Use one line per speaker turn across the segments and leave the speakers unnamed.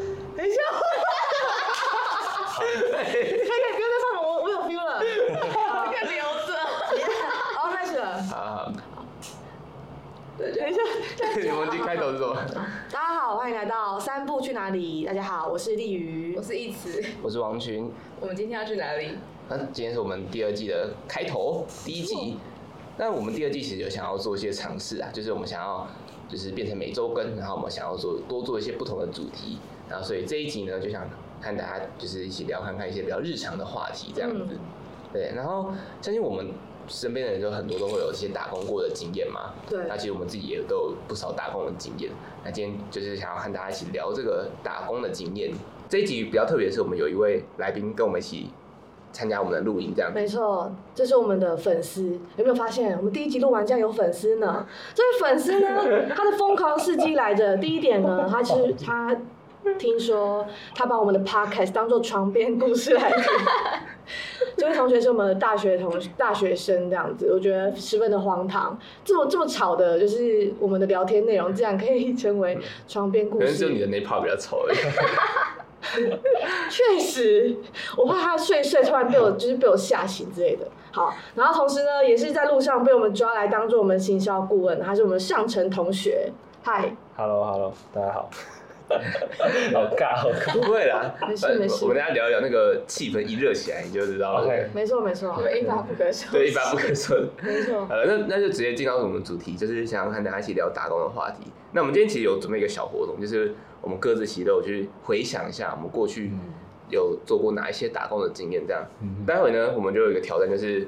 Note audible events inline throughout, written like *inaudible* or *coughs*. *laughs*
路去哪里？大家好，我是丽瑜
我。是一慈，
我是王群。
我们今天要去哪里？
那今天是我们第二季的开头，第一集。那我们第二季其实有想要做一些尝试啊，就是我们想要就是变成每周更，然后我们想要做多做一些不同的主题，然后所以这一集呢就想和大家就是一起聊看看一些比较日常的话题这样子。对，然后相信我们身边的人都很多都会有这些打工过的经验嘛，
对
那其实我们自己也都有不少打工的经验。那今天就是想要和大家一起聊这个打工的经验。这一集比较特别的是，我们有一位来宾跟我们一起参加我们的录音，这样
没错，这是我们的粉丝，有没有发现我们第一集录完竟然有粉丝呢？这位粉丝呢，他的疯狂事迹来着。第一点
*laughs*
呢，他是他听说他把我们的 podcast 当做床边故
*laughs*
事来听。这位同学是我们的大学同大学生这样子，我觉得十分的荒唐。这么这么吵的，就是我们的聊天内容，竟然可以
嗯
成为床边故
可
事。
能只有你的那一 part 比较丑而已。 *laughs*
确实，我怕他睡一睡突然被我就是被我吓醒之类的。好，然后同时呢，也是在路上被我们抓来当做我们行销顾问，他是我们上层同学。嗨，
Hello Hello，大家好。 *laughs* 好尬，好尬。
不会啦，
没事
呃
没事
我们大家聊一聊那个气氛一热起来，你就知道了。
OK
没错没错
我们一发不可收拾。
*laughs* 对，一发不可收拾。
没
*laughs*
错，
好了，那那就直接进到我们的主题，就是想要和大家一起聊打工的话题。那我们今天其实有准备一个小活动，就是我们各自其实都有去回想一下我们过
嗯
去有做过哪一些打工的经验，这样。
嗯
待会呢，我们就有一个挑战，就是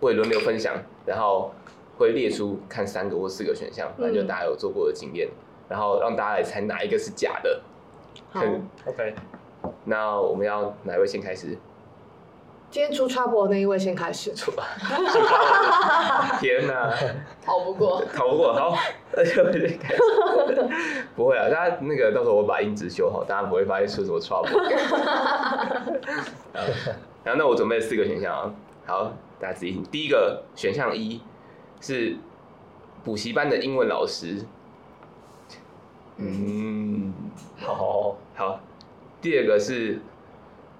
会轮流分享，然后会列出看三个或四个选项，
嗯
那就大家有做过的经验，然后让大家来猜哪一个是假的。
好，
很
OK，
那我们要哪位先开始？
今天出 trouble 的那一位先开始。
出吧，出吧！天哪，
逃不 *laughs* 过。
逃不过，好，那就先开始。 *laughs* 不会啊，大家那个到时候我把音质修好，大家不会发现出什么 trouble。然后，啊那我准备了四个选项啊，好，大家仔细听。第一个选项一是补习班的英文老师，嗯，
好好好，
好。第二个是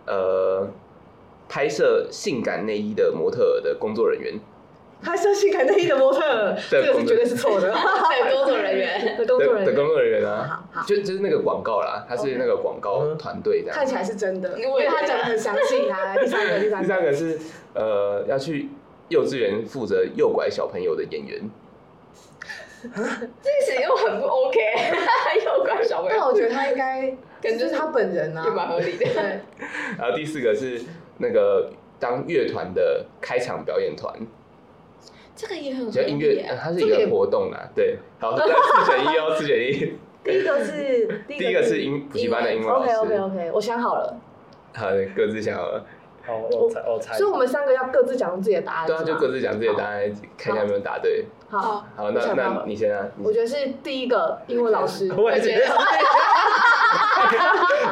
呃，拍摄性感内衣的模特儿的工作人员。
他是性感内衣的模特
*laughs*
儿，这个是绝对是错的。
对，工作人员。
的工作
的
人
的工
员
作人员啊，就就是那个广告啦，他是那个广
哦
告团队这
看
样。
起来是真的，因
因为
为他讲的很详细啊。来第三个，第三
*laughs* 第
个，
三个是呃，要去幼稚园负责诱拐小朋友的演员，
这个事情又很不 OK，又怪小朋
但
友，
我觉得他应该，
感觉
就是他本人
也蛮
啊。
合理的。
对，
然后第四个是那个当乐团的开场表演团，
*laughs* 这个也很
就音乐，呃它是一
这个也
个活动啦，对，
*laughs*
好，那四选一哦，四选一。
第一个是
第一个是英补习班的英文老
OK
师，
OK OK，我想好了。
好，各自想好了，
好，我我猜我猜
所以。我们三个要各自讲自己的答案，
对啊，
是
就
吧
各自讲自己的答案，看一下有没有答对。
好。
好，
我
那
想到
那
了
你先啊，你
我觉得是第一个英文老
*laughs*
师，
我也觉得， *laughs*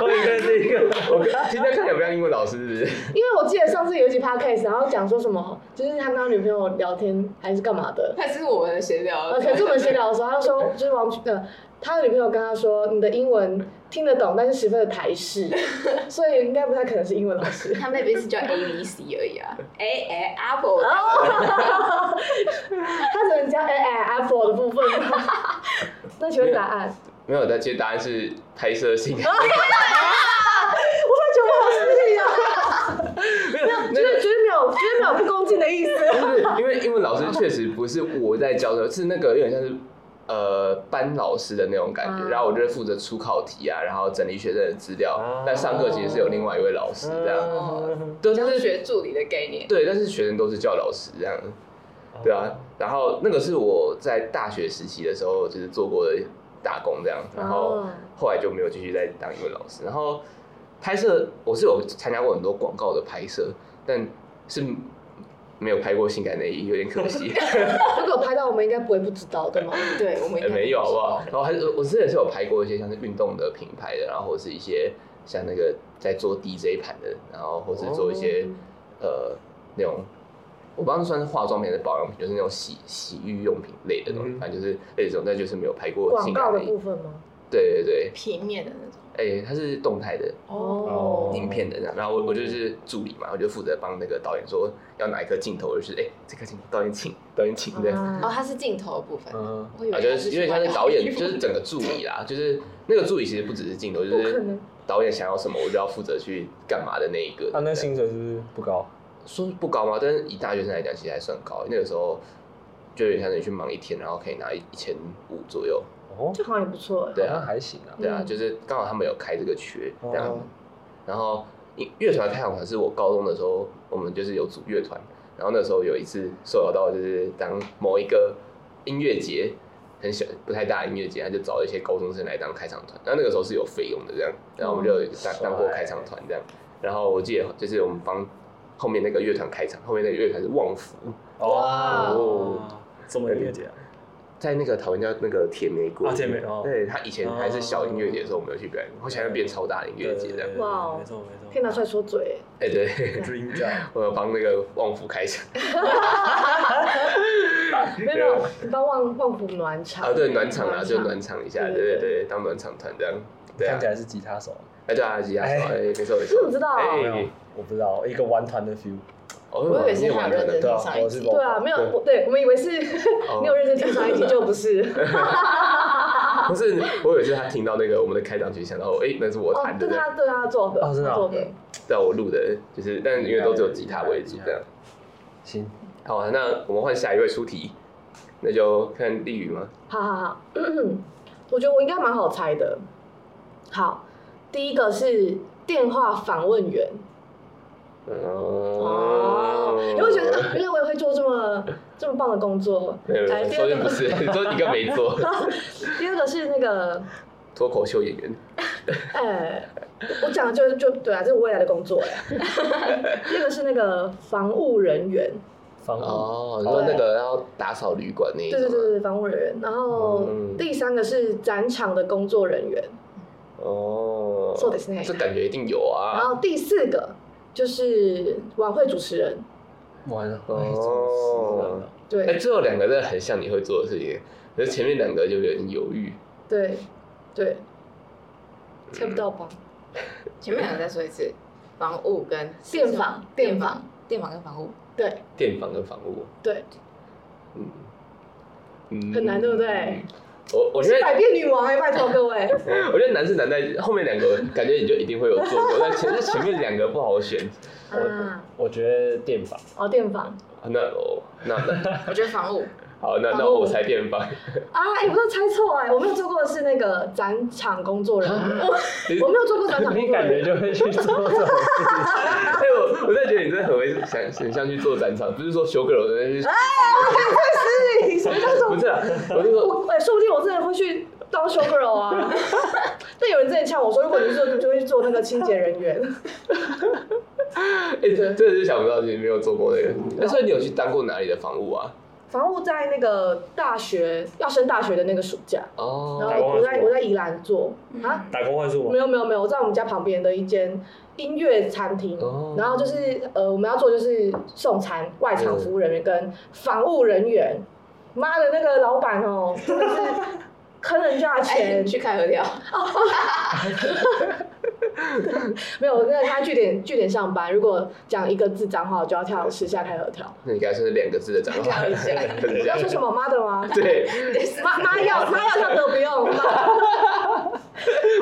我也觉得这一个，
我今天看有没有英文老师是不是？
因为我记得上次有一集 podcast，然后讲说什么，就是他跟他女朋友聊天还是干嘛的，
还是我们的闲
哦
聊。
呃，可是我们闲聊的时候，他就说就是王呃，他的女朋友跟他说，你的英文听得懂，但是十分的
*laughs*
台式，所以应该不太可能是英文老师。
*laughs* 他那边是叫 A B C 而已啊，A 哦 A Apple，
他只能讲哎哎 Apple 的部分。那请问答案？
没有，但其实答案是拍摄
*laughs*
性。
我会觉得好失礼啊，
没有， *laughs* 那
绝对
个
绝对没有绝对没有不恭敬的意思。
不是因为英文老师确实不是我在教的，是那个有点像是呃班老师的那种感
嗯
觉，
啊
然后我就是负责出考题啊，然后整理学生的资料
啊，
但上课其实是有啊另外一位老师这样。
嗯
对，但
教
是
学助理的概念。
对，但是学生都是叫老师这样，对
哦
啊。然后那个是我在大学时期的时候就是做过的打工这样，然后
哦
后来就没有继续再当英文老师。然后拍摄我是有参加过很多广告的拍摄，但是没有拍过性感内衣，有点可惜。
如果有拍到，我们应该不会不知道，对
*laughs*
吗？
对，我们应
呃
该
没有好不好？然后还是我之前是有拍过一些像是运动的品牌的，然后或是一些像那个在做 DJ 盘的，然后或是做一些、呃那种。我不知道算是化妆品还是保养品，就是那种洗洗浴用品类的东西，
嗯
反正就是那种，但就是没有拍过
广
性
告
感
的
内衣
部。分吗？
对对对，
平面的那种。
哎、它是动态的
哦
影片的这样，然后我我就是助理嘛，我就负责帮那个导演说要哪一颗镜头，我就是哎、这颗镜头导演请，导演请这样。
啊
哦，它是镜头的部分。
嗯，
我以为
啊，
它
就是有点像是导
去
演，
买
就是整个助理啦，就是那个助理其实不只是镜头，就
不可
是
能
导演想要什么，我就要负责去干嘛的那一个。
他啊那薪水是不是不高？
说不高嘛，但是以大学生来讲，其实还算高。那个时候就有点像是你去忙一天，然后可以拿一千五左右。
哦，
这好像也不错哎。
对
好像
啊，
还行啊。
对啊，
嗯
就是刚好他们有开这个缺这样。
哦
然后因乐团开好像是我高中的时候，我们就是有组乐团，然后那时候有一次受邀到就是当某一个音乐节。很小不太大的音乐节，他就找一些高中生来当开场团，然后那个时候是有费用的这样，然后我们
哦
就有当当过开场团这样，然后我记得就是我们帮后面那个乐团开场，后面那个乐团是旺福，
哇
哦，怎么音乐节啊？
在那个桃园叫那个铁玫瑰，
啊铁玫瑰哦
对他以前还是小音乐节的时候，我们有去表演，后现在变超大的音乐节这样。
哇哦
没错没错，
可以拿出来说嘴哎，
哎，对，
dream job，
我有帮那个旺福开场
没有没有，你帮旺旺福暖场
啊，对，暖场啊，就暖
场。
场一下，
对
对
对
对对，当暖场团这样。对啊
看起，来是吉他手，
哎对啊，吉他手，
哎
哎，没错没
这
错。
我知道
哎
没有，我不知道，一个玩团的 feel。
哦
我以为是
你也
他
玩
有
团
认真
的
对啊
听上一
我是
集。
不
对啊，没有，我对我们以为是
哦
你有认真听上一集，就不是。
不是，我有一次他听到那个我们的开场曲，想到哎，那是我
哦
弹，的
这
这
是
样，
他对他做的，
哦真的哦
他做的。
在我录的，就是但因为都只有吉他为主这样。
行，
好啊，那我们换下一位出题，那就看丽宇吗？
好好好， *clears throat* 我觉得我应该蛮好猜的。好，第一个是电话访问员，
呃哦
因为我觉得，啊原来我也会做这么这么棒的工作。
没有，没
哎
有
第
说
二
定不
个，
是，你说一个没做，
第二个是那个，
脱口秀演员，
哎、我讲的就就对啊，这是我未来的
*laughs*
工作哎。第二个是那个防务人员，
防护
哦，你说那个要打扫旅馆那一
对
种啊
对
吗，
对对，防务人员。然后
嗯
第三个是展场的工作人员，
哦，
そうですね
这感觉一定有
然
啊，
后第四个就是晚会主持人。
完了，啊
哦
对，
哎，最后两个真的很像你会做的事情，可是前面两个就有点犹豫，
对，对，
嗯
猜不到吧？
前面两个再说一次，房屋跟
电访
电
电
访
访、
电访跟房屋。
对
电房跟房屋，
对，
嗯嗯
很难对不对？
我我觉
是
得
百变女王哎、拜托各位，
*laughs* 我觉得难是难在后面两个，感觉你就一定会有做过，但前 *laughs* 前面两个不好选。嗯
啊，
我觉得电访，
哦，电访
那哦，那那 *laughs*
我觉得房 *laughs* 屋
好，那那我猜 *laughs* 电访。
啊，哎、我都猜错哎、我没有做过的是那个展场工作人员，
啊你
我没 *laughs* 有做过展场工
*laughs* 你
作
感
人
觉
员，
就会去做 *laughs* 这种事情。
哎，我我在觉得你真的很会想很像去做展场，不是说修个楼的，
啊
就是
对， *laughs* 什么叫做
不是啊？我是说，
我哎、说不定我真的会去当 show girl 啊。 *laughs* 但有人之前呛我说，如果你去做，你就会去做那个清洁人员。 *laughs*
哎，真的是想不到你没有做过那个。
啊
那所以你有去当过哪里的房务啊？
反正我在那个大学要升大学的那个暑假，然
哦，
后我在我在宜兰做啊，
打工换宿
没有没有没有，我在我们家旁边的一间音乐餐厅，
哦
然后就是呃，我们要做就是送餐，外场服务人员跟房务人员。妈的，那个老板哦，真的是坑人家的
哎，
钱
你，去开合聊。
没有，那个他据点据点上班，如果讲一个字脏话，我就要跳时下开合跳。
那你刚才说是两个字的展
开
览，
玩笑，
*laughs*
你要说什么妈的吗？
啊对，
妈妈要妈要跳都不用。妈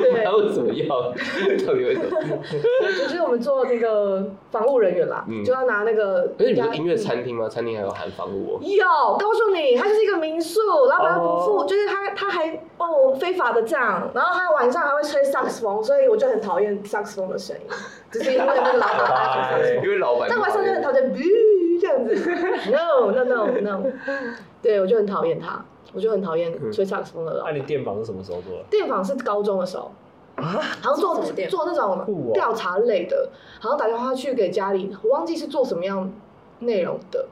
对
他，为什么要？ *laughs* 到底为什么？
就是我们做那个房务人员啦，
嗯
就要拿那个。嗯
可是你不是音乐餐厅吗？餐厅还有含房务哦。
有，告诉你，他就是一个民宿，老板又不付
哦
就是他他还哦非法的账，然后他晚上还会吹萨克斯风，所以我就很讨厌萨克斯风的声音，只是因为那个老板爱
哎
吹萨克斯风。
因为老板
但晚上就很讨厌，哔这样子，no no no no，对我 *laughs* 嗯就很讨厌他，我就很讨厌吹萨克斯风
*laughs*
的老板。
那啊你电访是什么时候做的？
电访是高中的时候。好像做
做什么电
做那
酷
种
哦
调查类的，好像打电话去给家里，我忘记是做什么样内容的，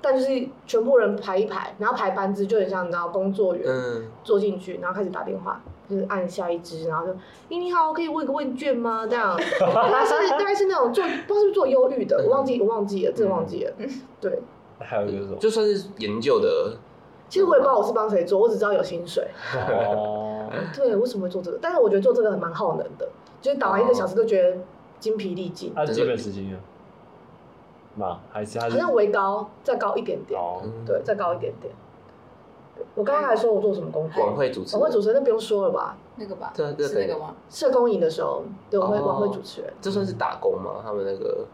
但就是全部人排一排，然后排班次，就很像你知道工作员
嗯，
坐进去，然后开始打电话，就是按下一支，然后就，咦你好，可以问个问卷吗？这样，大概是大概是那种做，不知道是不是做忧郁的，我忘记我忘记了，真的忘记了，对。
还有一个是什么？
就算是研究的
其实我也不知道我是帮谁做，我只知道有薪水。
*laughs* 哦
哦，对，为什么会做这个？但是我觉得做这个蛮耗能的，就是打完一个小时都觉得精疲力尽，
他基本时薪 *laughs* 啊？嘛，还是他
好
是
像微高，再高一点点，
哦， *laughs*
嗯对，再高一点点。对我刚刚还说我做什么工
晚
作，
会主持人，
晚会主持人那不用说了吧？
那个吧，
啊
这这
是那个吗？
社工营的时候，对，我会
哦
晚会主持人，
这算是打工吗？他们那个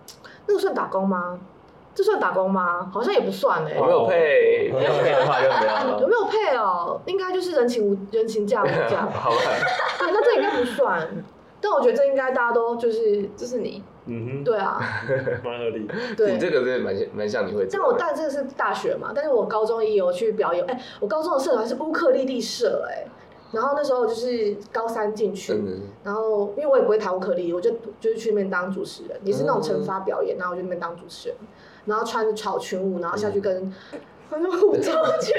那个算打工吗？这算打工吗？好像也不算哎、
我没有配，没有配的话就没有
有
了。
没有配哦？应该就是人情无人情价无价吧，
*laughs* 好吧，
对，那这应该不算。但我觉得这应该大家都就是
就是你，
嗯
对啊，
哼，蛮合 *laughs* 理。
对
你。这个真的蛮像蛮像你会做
但
的。
我但这个是大学嘛，但是我高中也有去表演，哎、我高中的社团是乌克丽丽社、哎，然后那时候就是高三进去，
嗯，
然后因为我也不会弹乌克丽，我就就是去那边当主持人，也是那种惩罚表演，然后我就那边当主持人，然后穿着草裙舞，然后下去跟
嗯
*laughs* 反正舞蹈去，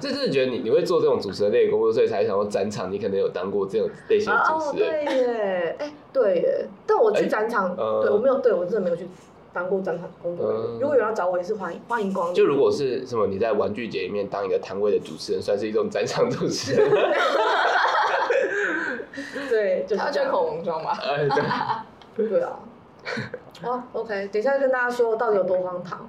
这真的觉得你你会做这种主持人类的工作，所以才想要展场，你可能有当过这种类型的
哦
主，持人。*laughs*
对耶，哎、对耶，但我去展场，
哎呃
对我没有，对我真的没有去当过展场工作人员，
嗯
如果有人要找我，也是欢迎欢迎光
*laughs*
临。
就如果是什么你在玩具节里面当一个摊位的主持人，算是一种展场主持人。
*laughs* 对，就是
他
这
穿
样
口红妆吧？
呃对
对
*laughs*
啊。哦、o k 等一下跟大家说到底有多
*laughs*
荒唐。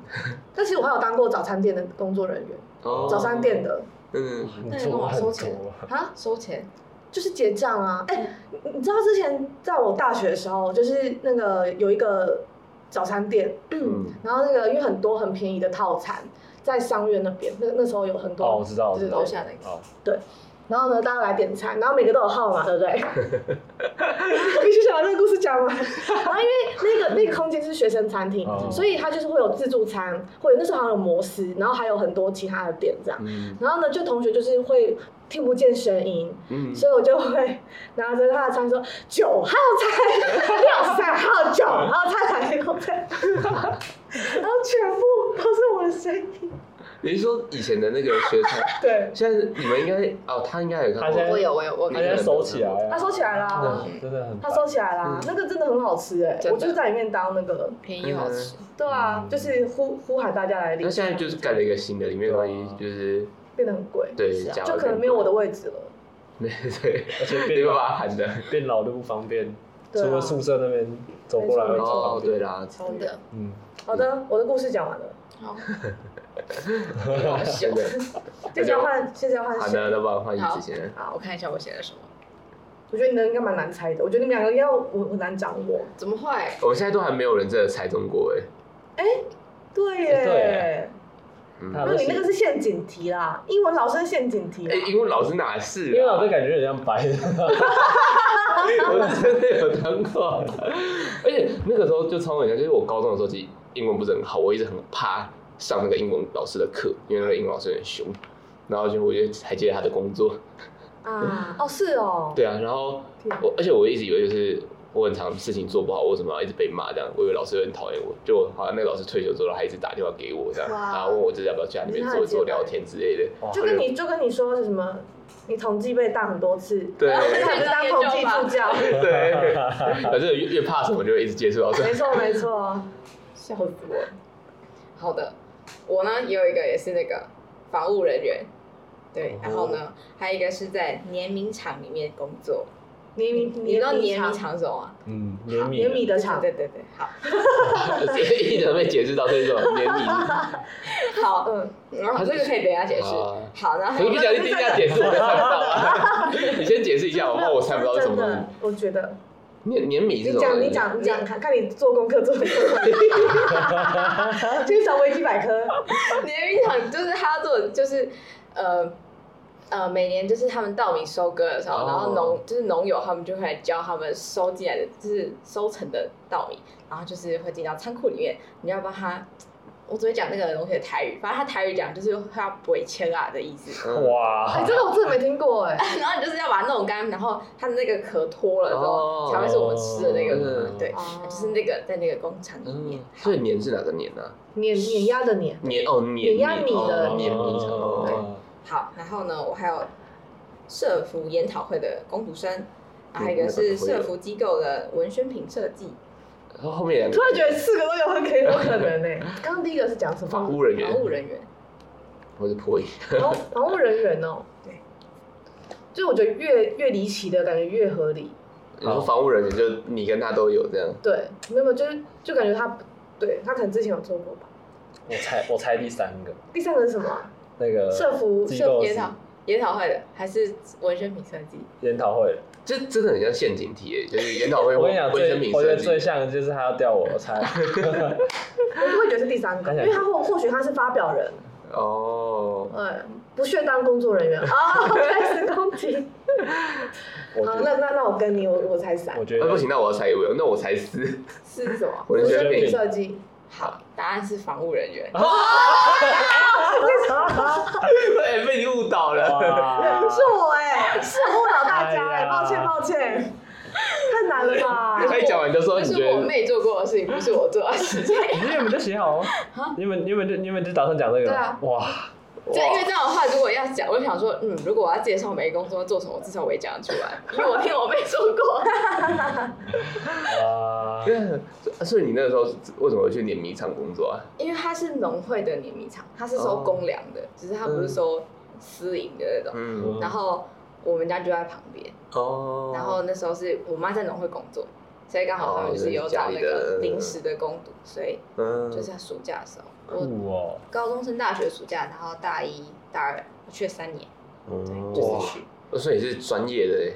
但其实我还有当过早餐店的工作人员，
哦
早餐店的
嗯，
你
那你
做
干嘛
很
收钱
多啊，
啊，
收钱，
就是结账啊。哎、你你知道之前在我大学的时候，就是那个有一个早餐店，
嗯
然后那个因为很多很便宜的套餐，在商院那边，那那时候有很多
哦，我知道，我知道
楼，下那个。
哦，
然后呢，大家来点餐，然后每个都有号码，对不对？ *laughs* 必须想把这个故事讲
*laughs*
完。然后因为那个那个空间是学生餐厅，
哦
所以它就是会有自助餐，会有那时候好像有摩斯，然后还有很多其他的店这样。
嗯
然后呢，就同学就是会听不见声音，
嗯，
所以我就会拿着他的餐说九号菜， *laughs* 六三号九号菜，然后菜，然后全部都是我的
*laughs*
声音。
你是说以前的那个学餐，
对，
现在你们应该哦，他应该有看
他现
过
在
我有，我有，我有
他
看
现在收起来
他
啊，
收起来啦、
嗯真的很
他
烦，
收起来啦
嗯，
那个真的很好吃哎、
真的
我就在里面当那个，
便宜又好吃，
对啊，
嗯
就是呼呼喊大家来领
那，现在就是盖了一个新的，里面的东西就是
变得很贵，
对
是啊，
加了
就可能
更
没有我的
多，
位置了。
对对，
而且
没
变
有
老，
办法喊的。
变老都不方便，
对啊
除了宿舍那边走过来
没
会
错
不
哦
方，便
对，啦，
真的。
嗯，
好的，我的故事讲完了，
好，
好真的，
接下来换，接下来换
好
谁？
的，那不然换你之前，
*laughs* 好，我看一下我写了什么。
我觉得你的应该蛮难猜的，我觉得你们两个应该我我难掌握。
怎么会？
我们现在都还没有人真的猜中过哎，
对
哎对
耶
耶，
嗯
他
那啊你那个是陷阱题啦，英文老师的陷阱题啦啊
哎，。英文老师哪是
因为老
啊？
师感觉很像白的，
*laughs* 我是真的有当过，而且那个时候就超好笑，就是我高中的时候其实英文不是很好，我一直很怕上那个英文老师的课，因为那个英文老师很凶，然后就我就还接他的工作，
啊，哦是哦，
哎对啊，然后
天
我而且我一直以为就是我很常事情做不好，为什么要一直被骂这样？我以为老师会很讨厌我，就我好像那个老师退休之后，他一直打电话给我这样，
哇
然后问我就是要不要去他那边
你是他
坐
的
一坐
接班
聊
人
天之类的。
哇
就
*laughs*
跟你就跟你说是什么，你统计被当很多次， *laughs*
对
但是还是当统计助教，
对，反正越越怕什么就会一直接触到这
没错没错，
笑死我！好的，我呢也有一个也是那个防务人员，对
哦，
然后呢还有一个是在年名厂里面工作。
年米
你知道年名
米
厂是什么吗？
嗯，怜悯，
年米
*laughs*
的厂，
啊对对对，好，
*laughs*
个，所以一直被接触到这种年龄。
*laughs* 好，
嗯，
然后这个可以等一下解释
啊。
好，然
可
后
是不小心听人家解释，我就猜不到啊。你先解释一下，我哦怕我猜不到是什么
真
东西
的。，我觉得
年年米
你
是什么
讲
东西？
你讲你讲，看看你做功课做的多少，去找维基百科，
*laughs* 年名厂就是他做的就是呃。呃，每年就是他们稻米收割的时候
哦
然后农就是农友他们就会来教他们收进来的，就是收成的稻米，然后就是会进到仓库里面，你要帮他。我昨天讲那个东西的台语，反正他台语讲就是他不会切啊的意思，
嗯
哎，
哇，
这个我真的没听过哎，
*laughs* 然后你就是要把它弄干，然后它的那个壳脱了之
哦
后，才会是我们吃的那个
嗯，
对，就是那个在那个工厂里面
嗯，，所以年是哪个年呢？
碾碾压的碾，
年哦年
碾压米的
哦年米
哎
哦，
好，然后呢，我还有社服研讨会的攻读生，啊还有一个是社服机构的文宣品设计，
然后后面两个
突然觉得四个都有很可有可能哎，刚刚第一个是讲什
防
么？
务人
防务
员，
人员。
*laughs*
我是破译，
防务防务人员哦，
对，
就是我觉得越越离奇的感觉越合理。
你说防务人员就你跟他都有这样，
对，没有，没有就是就感觉他对他可能之前有做过吧。
我猜我猜第三个，
第三个是什么啊？
那个
社服
机
社服
构
研
是
讨研讨会的，还是文宣品设计？
研讨会。
这真的很像陷阱题耶，就是研讨会
我跟你讲，
卫生
最
品
我觉
设
得
计，
最像的就是他要调我，我
*laughs*
猜。
我就会觉得是第三个，
看
因
起
为
来
他或或许他是发表人，
哦，
嗯
呃，不屑当工作
*laughs*
人员啊，开始攻击。
我
好，
觉得
那那那我跟你，我我猜啊三
我，觉
那不
得
行，那我要猜一位，那我猜四， *laughs*
是什么？
文
生
宣
品
品。
设计。
好，答案是防务人
啊
员。
哎，被你误导了。
哇
是我哎、是我误导大家哎、
啊哎呀
抱歉抱歉，太难了吧？
*laughs*
*laughs*
他一讲完就说
这
你
是
觉
我
得
妹做过的事情，不是我做的事情。
你们原本就写好哦，你们你们就你们就打算讲这
啊对
个吗
啊？
哇，
对，因为这样的话，如果要讲，我就想说，嗯，如果我要介绍每个工作做什么，至少我也讲得出来， *laughs* 因为我听我妹说过。
哇，
对所以你那个时候是为什么会去碾米厂工作啊？
因为它是农会的碾米厂，它是收公粮的，只是它不是收私营的那种。
嗯，
然后我们家就在旁边，
哦，
然后那时候是我妈在农会工作，所以刚好他们就是有找那个临时的嗯工读，所以
嗯，
就是在暑假的时候，我
酷哦，
高中升大学暑假，然后大一、大二我去了三年，就是去。
哦所以你是专业的欸耶，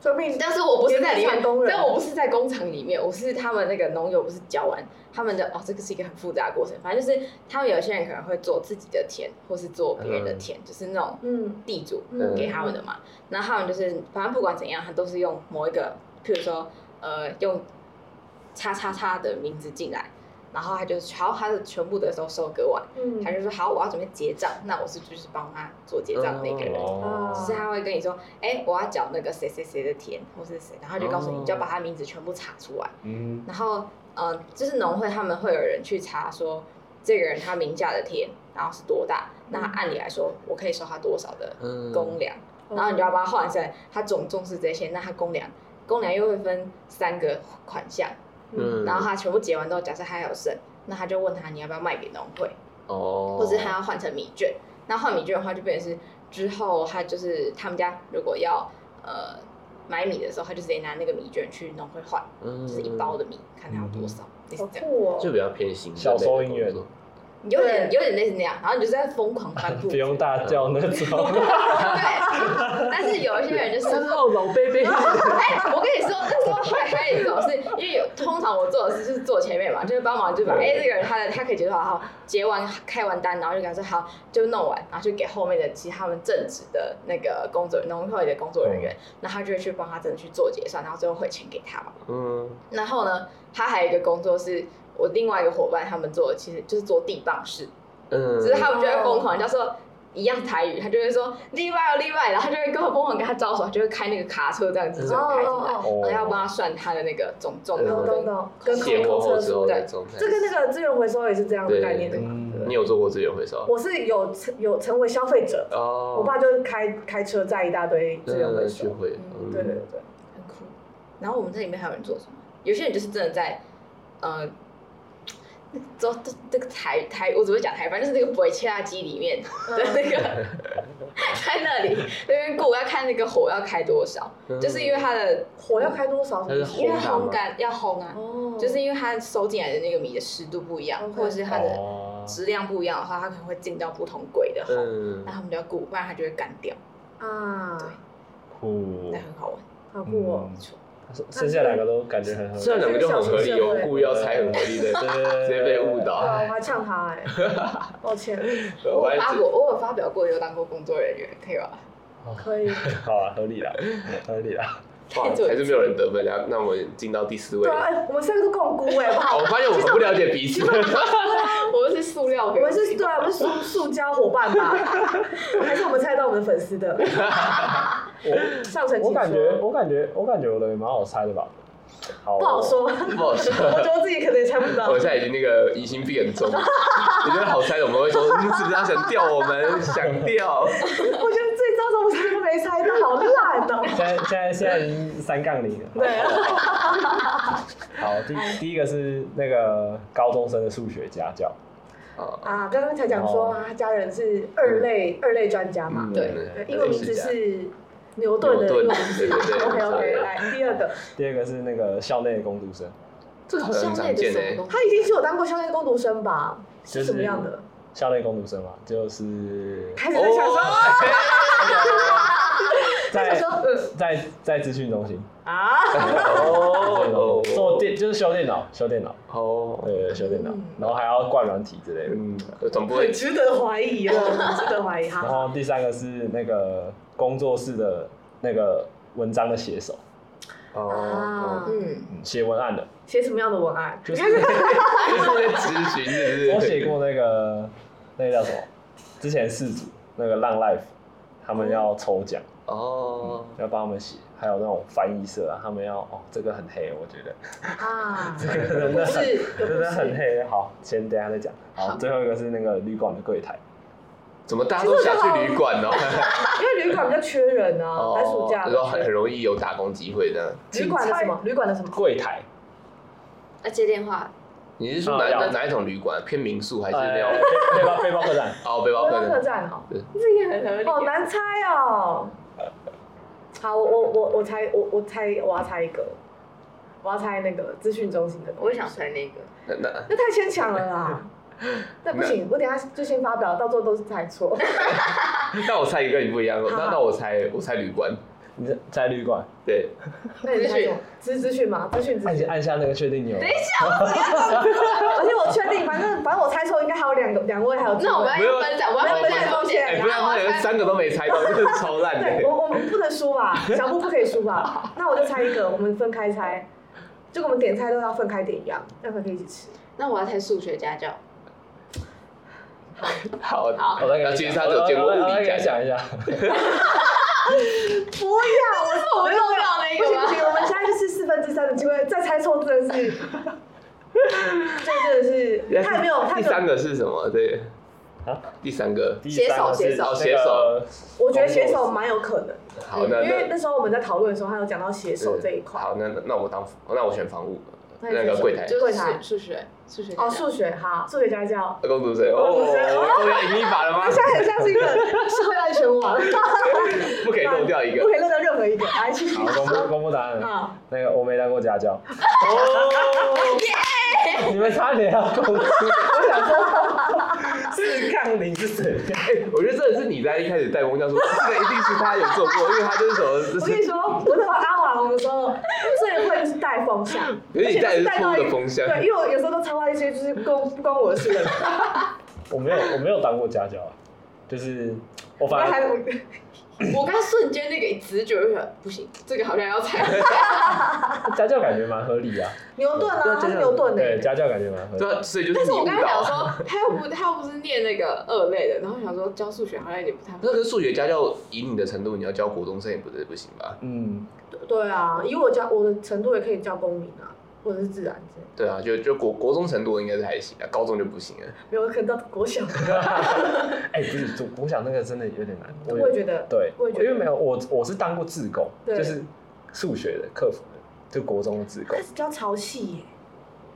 说不定
但是我不是在里
工
面，
厂工人，
但我不是在工厂里面，我是他们那个农友，不是教完他们的哦，这个是一个很复杂的过程。反正就是他们有些人可能会做自己的田，或是做别人的田，就是那种
嗯
地主
嗯
给他们的嘛。那他们就是反正不管怎样，他都是用某一个，譬如说呃用叉叉叉的名字进来，然后他就好他的全部的都收割完，
嗯
他就说好我要准备结账，那我是就是帮他做结账的那个人。
哦
就是他会跟你说，哎、我要缴那个谁谁谁的田，或是谁，然后他就告诉你，
哦
你就要把他名字全部查出来。
嗯，
然后，呃，就是农会他们会有人去查说，这个人他名下的田，然后是多大，那他按理来说，我可以收他多少的
嗯，
公粮，然后你就要把它换算，他总重视这些，那他公粮，公粮又会分三个款项，
嗯
然后他全部结完之后，假设他还有剩，那他就问他你要不要卖给农会，
哦，
或是他要换成米券。那换米券的话，就变成是之后他就是他们家如果要呃买米的时候，他就直接拿那个米券去农会换，
嗯
就是一包的米，看他有多少，
嗯
类
好
似这样，
酷哦、
就比较偏心
小收银员
有点有点类似那样。然后你就是在疯狂翻布，
*laughs* 不
对。*laughs*
用大叫那种，
但是有一些人就是
三号老贝贝，
哎、我跟你说，那时候还还有一种是因为有通常我做的事就是坐前面嘛，就是帮忙就把哎、这个人他的他可以结多少号，结完开完单，然后就跟他说好就弄完，然后就给后面的其他们正职的那个工作农会的工作人员，
嗯
那他就会去帮他真的去做结算，然后最后汇钱给他嘛。
嗯，
然后呢，他还有一个工作是我另外一个伙伴他们做的，其实就是做地磅式，
嗯，
只是他们就会疯狂，叫说一样台语，他就会说例外哦例外，然后他就会跟我疯狂跟他招手，他就会开那个卡车这样子，就
哦
开进来，
哦哦，
然后要帮他算他的那个总重
懂
量
懂
跟。
懂，跟
卸货
空
后
车
之
速
后
对
的状态，
这跟那个资源回收也是这样的
对
概念的嘛。
嗯
对
你有做过资源回收？啊
我是有成有成为消费者，
哦，
我爸就是开开车载一大堆资源回
嗯
收
学，会，
嗯
对对对对，
很酷。然后我们这里面还有人做什么？有些人就是真的在，呃，那个做这这个台台，我只会讲台，反正就是那个鬼切拉机里面的
嗯
那个，
*laughs*
在那里那边顾要看那个火要开多少，
嗯
就是因为它的
火要开多少？
它是
因为烘
烘干吗
干要烘啊，
哦，
就是因为它收进来的那个米的湿度不一样，
OK
或者是它的
哦，
质量不一样的话，它可能会进到不同轨的烘，
嗯
那，他们就要顾，不然它就会干掉，
啊，
酷
那，很好玩。
好酷哦，
嗯
没错
哦剩下两个都感觉很合理，
*laughs* 这两个就很合理哦，故意要猜很合理的，
直
*laughs* 直接被误
对啊，我
导。
还呛他哎，抱歉，
我有
还
发
只
过，我有发表过，有当过工作人员，可以吧？
可以。
*laughs* 好啊，合理啦，合理啦。
哇，还是没有人得分，那那我们进到第四位
对啊，
了。
哎，我们三个都共估哎，哇
哦我发现我们不了解彼
*laughs*
此，
我们是塑料
我
表
们是对啊，我们是塑塑胶伙伴吧？还是我们猜到我们的粉丝的？
我
上层
我
请
感觉
说，
我感觉我感觉我的也蛮好猜的吧，好
不好。说， *laughs*
不好说。
我觉得自己可能也猜不到
我。现在已经那个疑心病很重，你觉得好猜的，我们会说，嗯，是不是他想钓我们？想钓？
我觉得最糟糕的是这个没猜到，好烂哦、
现在现在现在已经三杠零了。
对啊
好，第
哎
第一个是那个高中生的数学家教，
哦
啊，刚刚才讲说啊
哦
他家人是二类、二类专家嘛，
嗯
对
对，英文名字是牛顿的
牛
用
顿
字。
对
*laughs*
对对
OK
对
OK，来第二个，
第二个是那个校内的工读生，
这个好像
校内的
很常见
什么
诶、
东西？
他一定是有当过校内工读生吧？
就是
是什么样的？
校内工读生嘛，
*laughs*
就是
开始
哦
在想说，
在
说嗯
在在资讯中心，
啊，
哦
做电就是修电脑，修电脑，
哦，
对，修电脑
嗯，
然后还要灌软体之类的。
嗯，总不
很
会
值得怀疑了，很值得怀疑
然
哈。
后第三个是那个工作室的那个文章的写手，
啊
哦，
嗯，
嗯写文案的，
写什么样的文案？
就是
就是在咨询是不是？
我写过那个那个叫什么？之前四组那个浪 life，他们要抽奖，
哦，
要帮他们写，还有那种翻译社啊，他们要哦，这个很黑，我觉得
*laughs* 啊，
这个真的很
是，有
*laughs* 真
不
的很
是。
黑。好，先等一下再讲。好，最后一个是那个旅馆的柜台，
怎么大家都想去旅馆哦？
因为旅馆比较缺人啊，
哦，
寒暑假
然后很很容易有打工机会的。
旅馆的什么？旅馆的什么？
柜台
要接电话，
你是说
哦
哪哪
要
哪一种旅馆？偏民宿还是那
呃
种？
背包背包客栈，
哦，背包
观
客
光客
的。
栈哦，
这也很合理。
好难猜哦。好，我我我我猜我我猜我要猜一个，我要猜那个资讯中心的。
我也想猜那个，
那那
那太牵强了啦。那不行，我等一下就先发表，到最后都是猜错。
那我猜一个跟你不一样，
好
那那我猜我猜旅馆，
你在在旅馆，
对，
那你猜什么？资资讯吗？资讯资
按 *laughs*
讯。
按下那个确定
*laughs*
钮，
等一下，我 *laughs*
而且我确定，反正反正我猜错，应该还有两个两位还有机会。
那我们
没有
要分享，我要分
没有没
享
有
风险，
哎
哎，
然
不然
后
他
我
连
要
三个都没猜到，这是超烂
对，
的。
我我们不能输 *laughs* 吧？小布不可以输吧？那我就猜一个，我们分开猜，就跟我们点菜都要分开点一样，那可以一起吃。
那我要猜数学家教，
*laughs* 好，
好
我再给
那
你
其实
讲
他只有见过
我再
物
我再
理
给
家
你
教，
讲一下，
不要，我
我们漏掉那
不
个
行不
吗？
行，我们现在就是四分之三的机会，再猜错真的 *laughs* 是，这真的是太没有太
第
没有
三个是什么？对，
啊
第三个，
第三个是
写手
写手写手
我觉得写手蛮有可能，
好，那
因为
那嗯
那时候我们在讨论的时候，他有讲到写手这一块。
好，那那那我当那我选房务，
那你
那个
选
柜台，
就
柜
是
台
数学，数学
哦，
数
数学哈，数学家教，
公主谁？哦，
公主谁哦
我要赢一把了
*laughs*
吗
他？现在很像是一个
*laughs*
社会安全网，
不可以漏掉一个
不。可以漏掉任何一个。来，继续
好，公布公布答案了。
啊，
那个我没当过家教，
哦，
哎
你们差点要公布，我想说是杠铃是谁？
哎， *laughs* 我觉得真的是你在一开始带风向说，这个一定是他有做过，因为他就是什么，就
我跟你
是
说，我那时候阿瓦隆的时候，最会就是带风向，
*laughs* 有点带
而且
着
都
错
是
误
到一
的风向。
对，因为我有时候都插话一些就是关不关我的事的，
我没有我没有当过家教啊，就是我
我
反
还
而
*laughs* 我刚瞬间那个直觉，我就觉得不行，这个好像要猜。 *laughs*
家教感觉蛮合理啊，
牛
对
顿啊，他
真
是
的
牛顿
对，
呢，
家教感觉蛮合理。
对啊，所以就是
但是
你
我
误
刚才想
导。
说，他又不他又不是念那个二类的，然后想说教数学好像有点不太。
那跟数学家教以你的程度，你要教国中生也不是不行吧？
嗯， *laughs*
对啊，以我教我的程度也可以教公民啊，或者是自然之类
对啊，就就国国中程度应该是还行啊，高中就不行了。
的，没有可能到国小，
哎，不是，我我想那个真的有点难。
我也觉得
对，
我也觉得
因为没有我我是当过自工，
对
就是数学的客服的，就国中的自工
开。始教潮汐耶。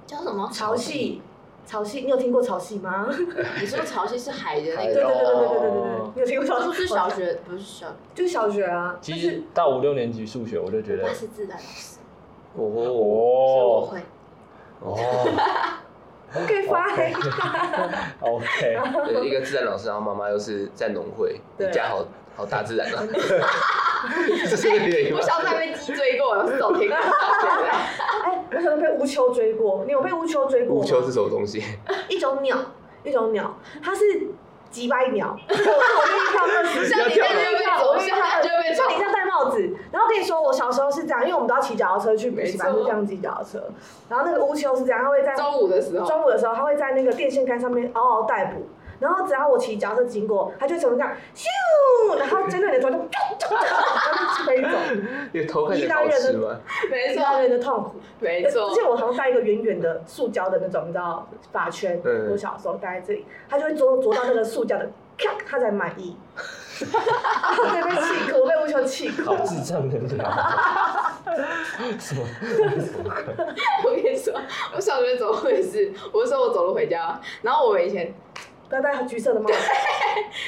教什么？
潮汐，潮汐，你有听过潮汐吗？
你说潮汐是海的那个
对对对
哦
对对对对对，你有听过潮
吗，
汐？
是小，学不是小，
就是小学啊。
其实到五六年级数学，我就觉得
他是自然老师，
哦
所以我
哦
会。
哦，
OK fine，
，OK，
对，一个自然老师，然后妈妈又是在农会，
对
啊
你家好好大自然啊。
*laughs*
这是个原因吗
我小时候还被鸡追过，我手停了。
*laughs* 哎，我可能被乌丘追过，你有被乌丘追过吗？
乌丘是什么东西？
一种鸟，一种鸟，它是几百鸟，
*laughs*
我我愿意跳二十
像你这样就会被走，像他就会被
像你
撞
这。样戴帽子，然后跟你说，我小时候是这样，因为我们都要骑脚踏车去补习班，
没错
就这样骑脚踏车。然后那个乌丘是这样，他会在
中午的时候，
中午的时候，他会在那个电线杆上面嗷嗷待哺，然后只要我骑脚踏车经过，他就会从这样咻，然后针对你的头就咚咚咚，然后就飞走，
你的头看起来好吃吗？
没
知道
错，
人的痛苦。
没
之
错
前。我好像戴一个圆圆的塑胶的那种，你知道发圈，
嗯
我小时候戴在这里，他就会啄啄到那个塑胶的，咔，他才满意。对，被气哭，被无球气哭。
好智障的鸟。什么？
我跟你说，我小学怎么回事？我说我走路回家，然后我们以前
要戴橘色的帽子，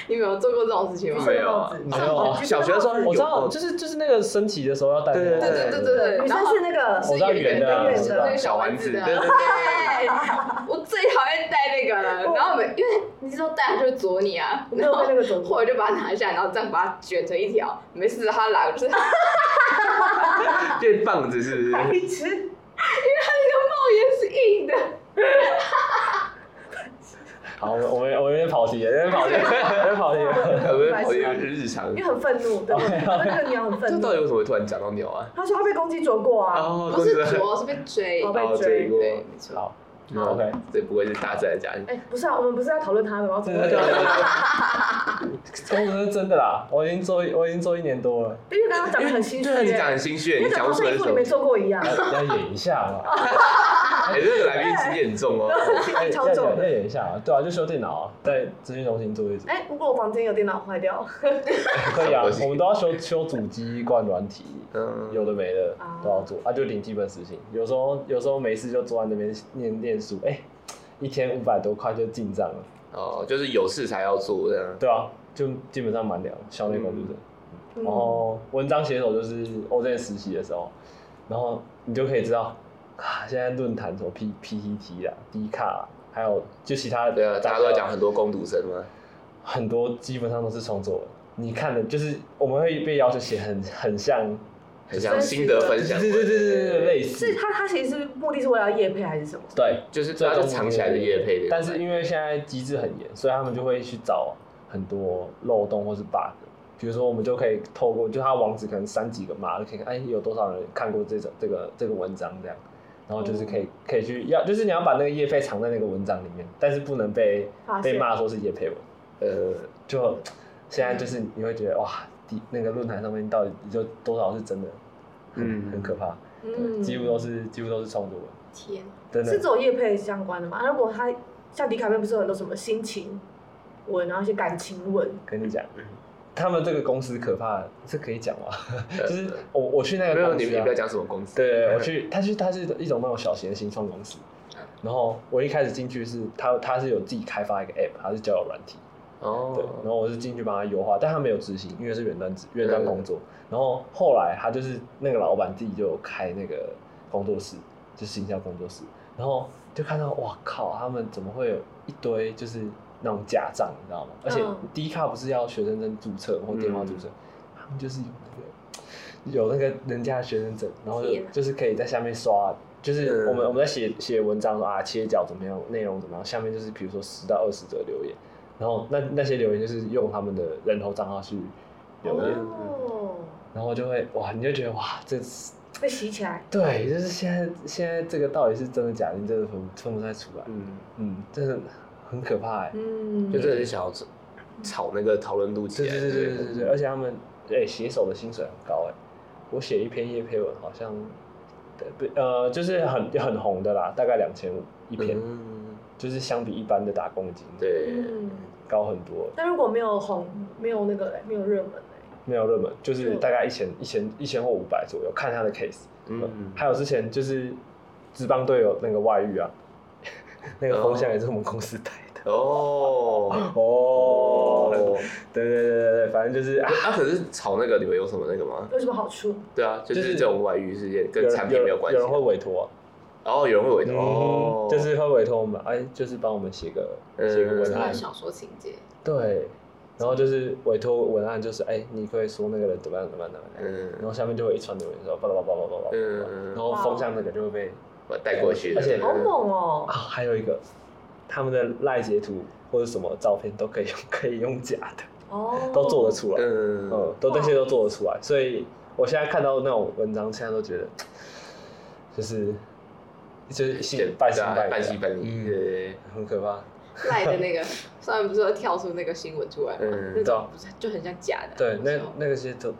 你们有做过这种事情吗？
橘色
没
的
有
帽
啊
子，
没有啊
小学的时候
我
有
知道，
过
就是就是那个升旗的时候要戴那个。
对对
对对对对，
女
然
生
后
是那个
我知道圆的啊
圆的
是那个小丸子的。
对对对
对， *laughs* 我最讨厌戴那个了。然后我们因为你知道戴它就会啄你啊，
*laughs* 我没
然
有
后
被那个走
*laughs*
过
或，者就把它拿下来，然后这样把它卷成一条，没事，它来就是它那
变棒子是
*laughs*
不
白
是？
痴，
个帽檐是硬的，
好，我们我们我有点跑题了，有点跑题了，有点跑题了。
我们跑有日常
因为，很愤怒，对吧？那个鸟很
这
愤
到底
怒，
为什么会突然讲到鸟啊？
他说他被公鸡啄过啊，
哦，
不是
公主
啄，是被追。
哦被
哦，
追
这
对
个，
没错。
好，OK，
这不会是大自然家庭？
哎，不是啊，我们不是要讨论他的吗？怎么会
对
讲？
对公主是真的啦，我已经做一我已经做一年多了，
因为刚刚讲的很心虚
对啊，你讲得很
耶，
心虚，
因
你
为
讲
讲
不
到
出
是
来
一
什
副你没
么？
做过一样，
要要演一下嘛，
哎，这个来宾心机很重哦。
然后心
要
机
演
超
要
重
演要
的。
演一下啊，对啊，就修电脑啊，在资讯中心做一组，
哎，如果我房间有电脑坏掉，
可以啊， *laughs* 我们都要修修主机、灌软体，
嗯，
有的没的
啊
都要做啊，就领基本事情。有时候有时候没事就坐在那边念念书，哎、一天五百多块就进账了，
哦，就是有事才要做这样。
对啊，就基本上满了校内工读生。
嗯
然后文章写手就是我之前实习的时候，然后你就可以知道，啊，现在论坛什么 P P T T 啦、D 卡啦，还有就其他的，
对啊，大家都在讲很多攻读生嘛。
很多基本上都是创作文。你看的，就是我们会被要求写很很像，
很像心得分享，
对对对对对对，类似
是他他其实是目的是为了夜配还是什么？
对，
啊就是它是藏起来的叶配的，
但是因为现在机制很严，所以他们就会去找很多漏洞或是 bug。比如说，我们就可以透过就它网址可能删几个码，就可以看哎有多少人看过这种这个这个文章这样，然后就是
哦
可以可以去要，就是你要把那个页费藏在那个文章里面，但是不能被
发现
被骂说是页配文。
呃，
就现在就是你会觉得哇，第那个论坛上面到底有多少是真的，
嗯
很可怕，
嗯，
几乎都是几乎都是创作文，
天，
真的
是走叶配相关的嘛？如果他像迪卡面不是有很多什么心情文，然后一些感情文，
跟你讲，
嗯
他们这个公司可怕，这可以讲吗？就是我我去那
呃没
个
有
公
你
司、
你
啊
不要，讲什么公司，*laughs*
对，我去，他去，他是一种那种小型的新创公司。然后我一开始进去是他，他是有自己开发一个 app，他是交友软体，对。然
哦，
后我是进去帮他优化，但他没有执行，因为是远端执远端工作。然后后来他就是那个老板自己就有开那个工作室，就是行销工作室。然后就看到哇靠，他们怎么会有一堆就是那种假账，你知道吗？而且
嗯
低卡不是要学生证注册或电话注册，
嗯
他们就是有那个有那个人家的学生证，然后就
天哪
就是可以在下面刷，就是
嗯
我们我们在写写文章说啊切角怎么样，内容怎么样，下面就是比如说十到二十则留言，然后那那些留言就是用他们的人头账号去留言，
哦，
然后就会哇，你就觉得哇这是。
被洗起来，
对，就是现在现在这个到底是真的假的，你真的分不分不太出来。
嗯，
嗯，真的很可怕哎、
嗯，
就真的是想要炒那个讨论度起
对
来，
对对对对对
嗯
对，而且他们哎写、手的薪水很高哎、我写一篇叶配文好像，对呃就是很很红的啦，大概两千五一篇，
嗯，
就是相比一般的打工金
对，
嗯，
高很多，
但如果没有红，没有那个嘞，没有热门嘞，
没有热门，就是
就
大概一千一千一千或五百左右，看他的 case。
嗯，
还有之前就是职棒队友那个外遇啊， *laughs* 那个风向也是我们公司带的。
哦，
哦，
哦，
对对对对对，反正就是啊，
啊，可是炒那个你们有什么那个吗？
有什么好处？
对啊，就是这种外遇事件
有
跟
人
产品没有关系
有人，会委托啊、
然后有人会委托，哦
嗯，，就是会委托我们，哎，就是帮我们写个
嗯
写个文
那
案
个，小说情节，
对，然后就是委托文案，就是哎，你可以说那个人怎么样怎么样怎么样，然
嗯
后下面就会一串留言说巴拉巴拉巴拉巴拉巴拉，然
嗯，
后风向那个就会被
我带过去的，
而且
好猛哦
啊，！还有一个他们的赖截图或者什么照片都可以用，可以用假的，
哦，
都做得出来，
嗯
嗯，，都这些都做得出来，所以我现在看到那种文章，现在都觉得就是就是信半信半疑啊
半信半疑，
嗯，
对，
很可怕。
赖的
*laughs*
那个，上面不是有跳出那个新闻出来吗？
嗯
那
对啊
种不是就很像假的。
对，那
时候
那个些都，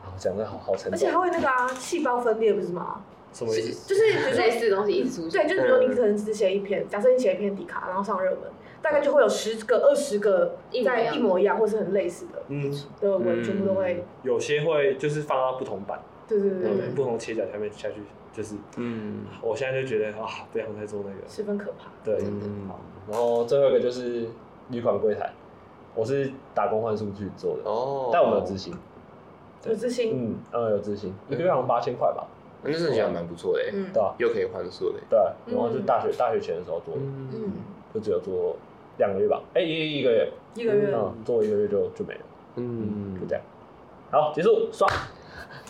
啊，讲的好好沉
而且还
重，
会那个啊，细胞分裂不是吗？
什么意思？
就是比如
类
说，
似的东西一直出现。
对，就是比如说你可能只写一篇，假设你写一篇底卡，然后上热门，大概就会有十个、二十个
一模一样
在一模一样或是很类似的
嗯，
的文，全部都会，
有些会就是放到不同版，
对对对对
嗯不同切角下面下去，就是
嗯，
我现在就觉得啊，不想再做那个。
十分可怕。
对，
真的
然后最后一个就是旅馆柜台，我是打工换数去做的，
哦，
但我没有执行。对
有自信，
嗯，当然有执行，一个月好像八千块吧，
那真的觉得蛮不错的，
嗯
对吧？
又可以换宿的，
对，啊
嗯
然后是大学大学前的时候做的，
嗯，
嗯，
就只有做两个月吧，哎，一一个月，
一个月
嗯，做一个月就就没了，就
嗯，
这样。好，结束，刷。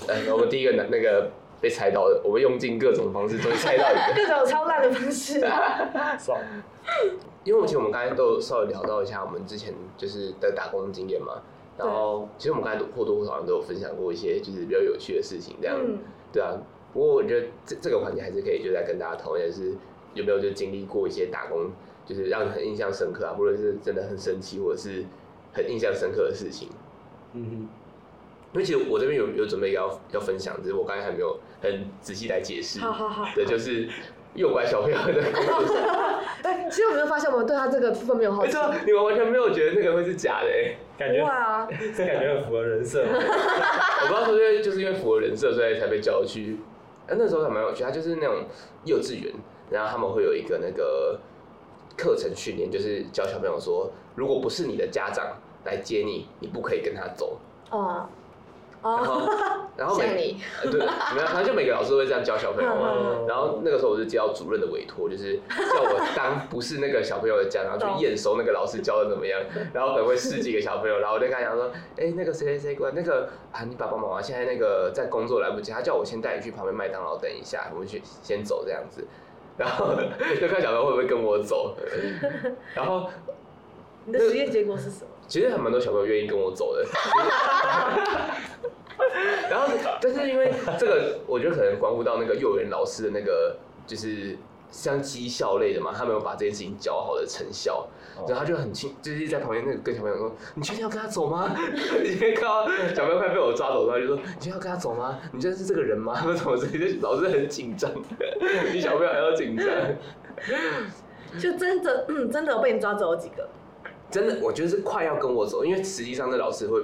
呃，我们第一个那那个被猜到的，我们用尽各种方式终于猜到一个，
各种超烂的方式。
啊爽，
因为其实我们刚才都有稍微聊到一下我们之前就是的打工经验嘛，然后其实我们刚才或多或少都有分享过一些就是比较有趣的事情，这样，
嗯，
对啊，不过我觉得这这个环节还是可以就再跟大家讨论，就是有没有就经历过一些打工，就是让你很印象深刻啊，不论是真的很神奇，或者是很印象深刻的事情。
嗯
因为其实我这边有有准备要要分享，只是我刚才还没有很仔细来解释。
好好好。
对，就是诱拐小朋友的工
*laughs*
作室。
哎，其实我没有发现我们对他这个部分没有好
没
奇。
错，你们完全没有觉得那个会是假的、欸，
哼，感觉
哇、啊，
感觉很符合人设。
我不知道是不是就是因为符合人设，所以才被叫去。啊、那时候还蛮有趣，他就是那种幼稚园，然后他们会有一个那个课程训练，就是教小朋友说，如果不是你的家长来接你，你不可以跟他走。
哦，
然
哦，
后，然后
像
每
你，
呃对，没有，反正就每个老师都会这样教小朋友
*laughs*
嘛。
嗯
然后那个时候我就接到主任的委托，就是叫我当不是那个小朋友的家，然后去验收那个老师教的怎么样，然后可能会试几个小朋友，然后我就跟他讲说，哎，那个谁谁谁过来，那个啊，你爸爸妈妈现在那个在工作来不及，他叫我先带你去旁边麦当劳等一下，我们去先走这样子，然后 *laughs* 就看小朋友会不会跟我走，然后
你的实验结果是什么？
其实还蛮多小朋友愿意跟我走的。 *laughs* 然后，但是因为这个，我觉得可能关乎到那个幼儿园老师的那个，就是像绩效类的嘛，他没有把这件事情教好的成效，
哦
然后他就很轻，就是在旁边那个跟小朋友说：“你确定要跟他走吗？” *laughs* 你看到小朋友快被我抓走，他就说：“你确定要跟他走吗？你真的是这个人吗？”什么之类的，老师很紧张，比小朋友还要紧张。
就真的，嗯，真的有被你抓走几个？
真的，我觉得是快要跟我走，因为实际上那老师会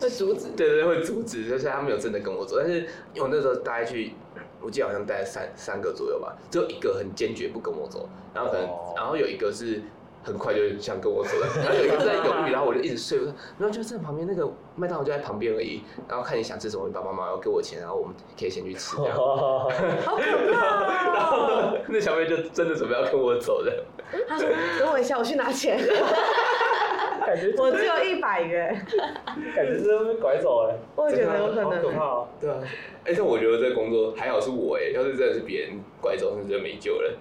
会阻止。
对对对，会阻止，就是他没有真的跟我走。但是因为我那时候大概去，我记得好像带三三个左右吧，只有一个很坚决不跟我走，然后可能，
哦
然后有一个是很快就想跟我走的， *laughs* 然后有一个在犹豫，然后我就一直睡，我说然后就在旁边那个麦当劳就在旁边而已，然后看你想吃什么，你爸爸妈妈要给我钱，然后我们可以先去吃这样。哦
好可怕、哦！
*laughs* 那小妹就真的准备要跟我走的，
他说：“等我一下，我去拿钱。
感觉
我只有一百元。
感觉是被拐走哎，
我也觉得有可能
好可怕哦。
对啊。哎、但我觉得这个工作还好是我哎、要是真的是别人拐走，那就没救了。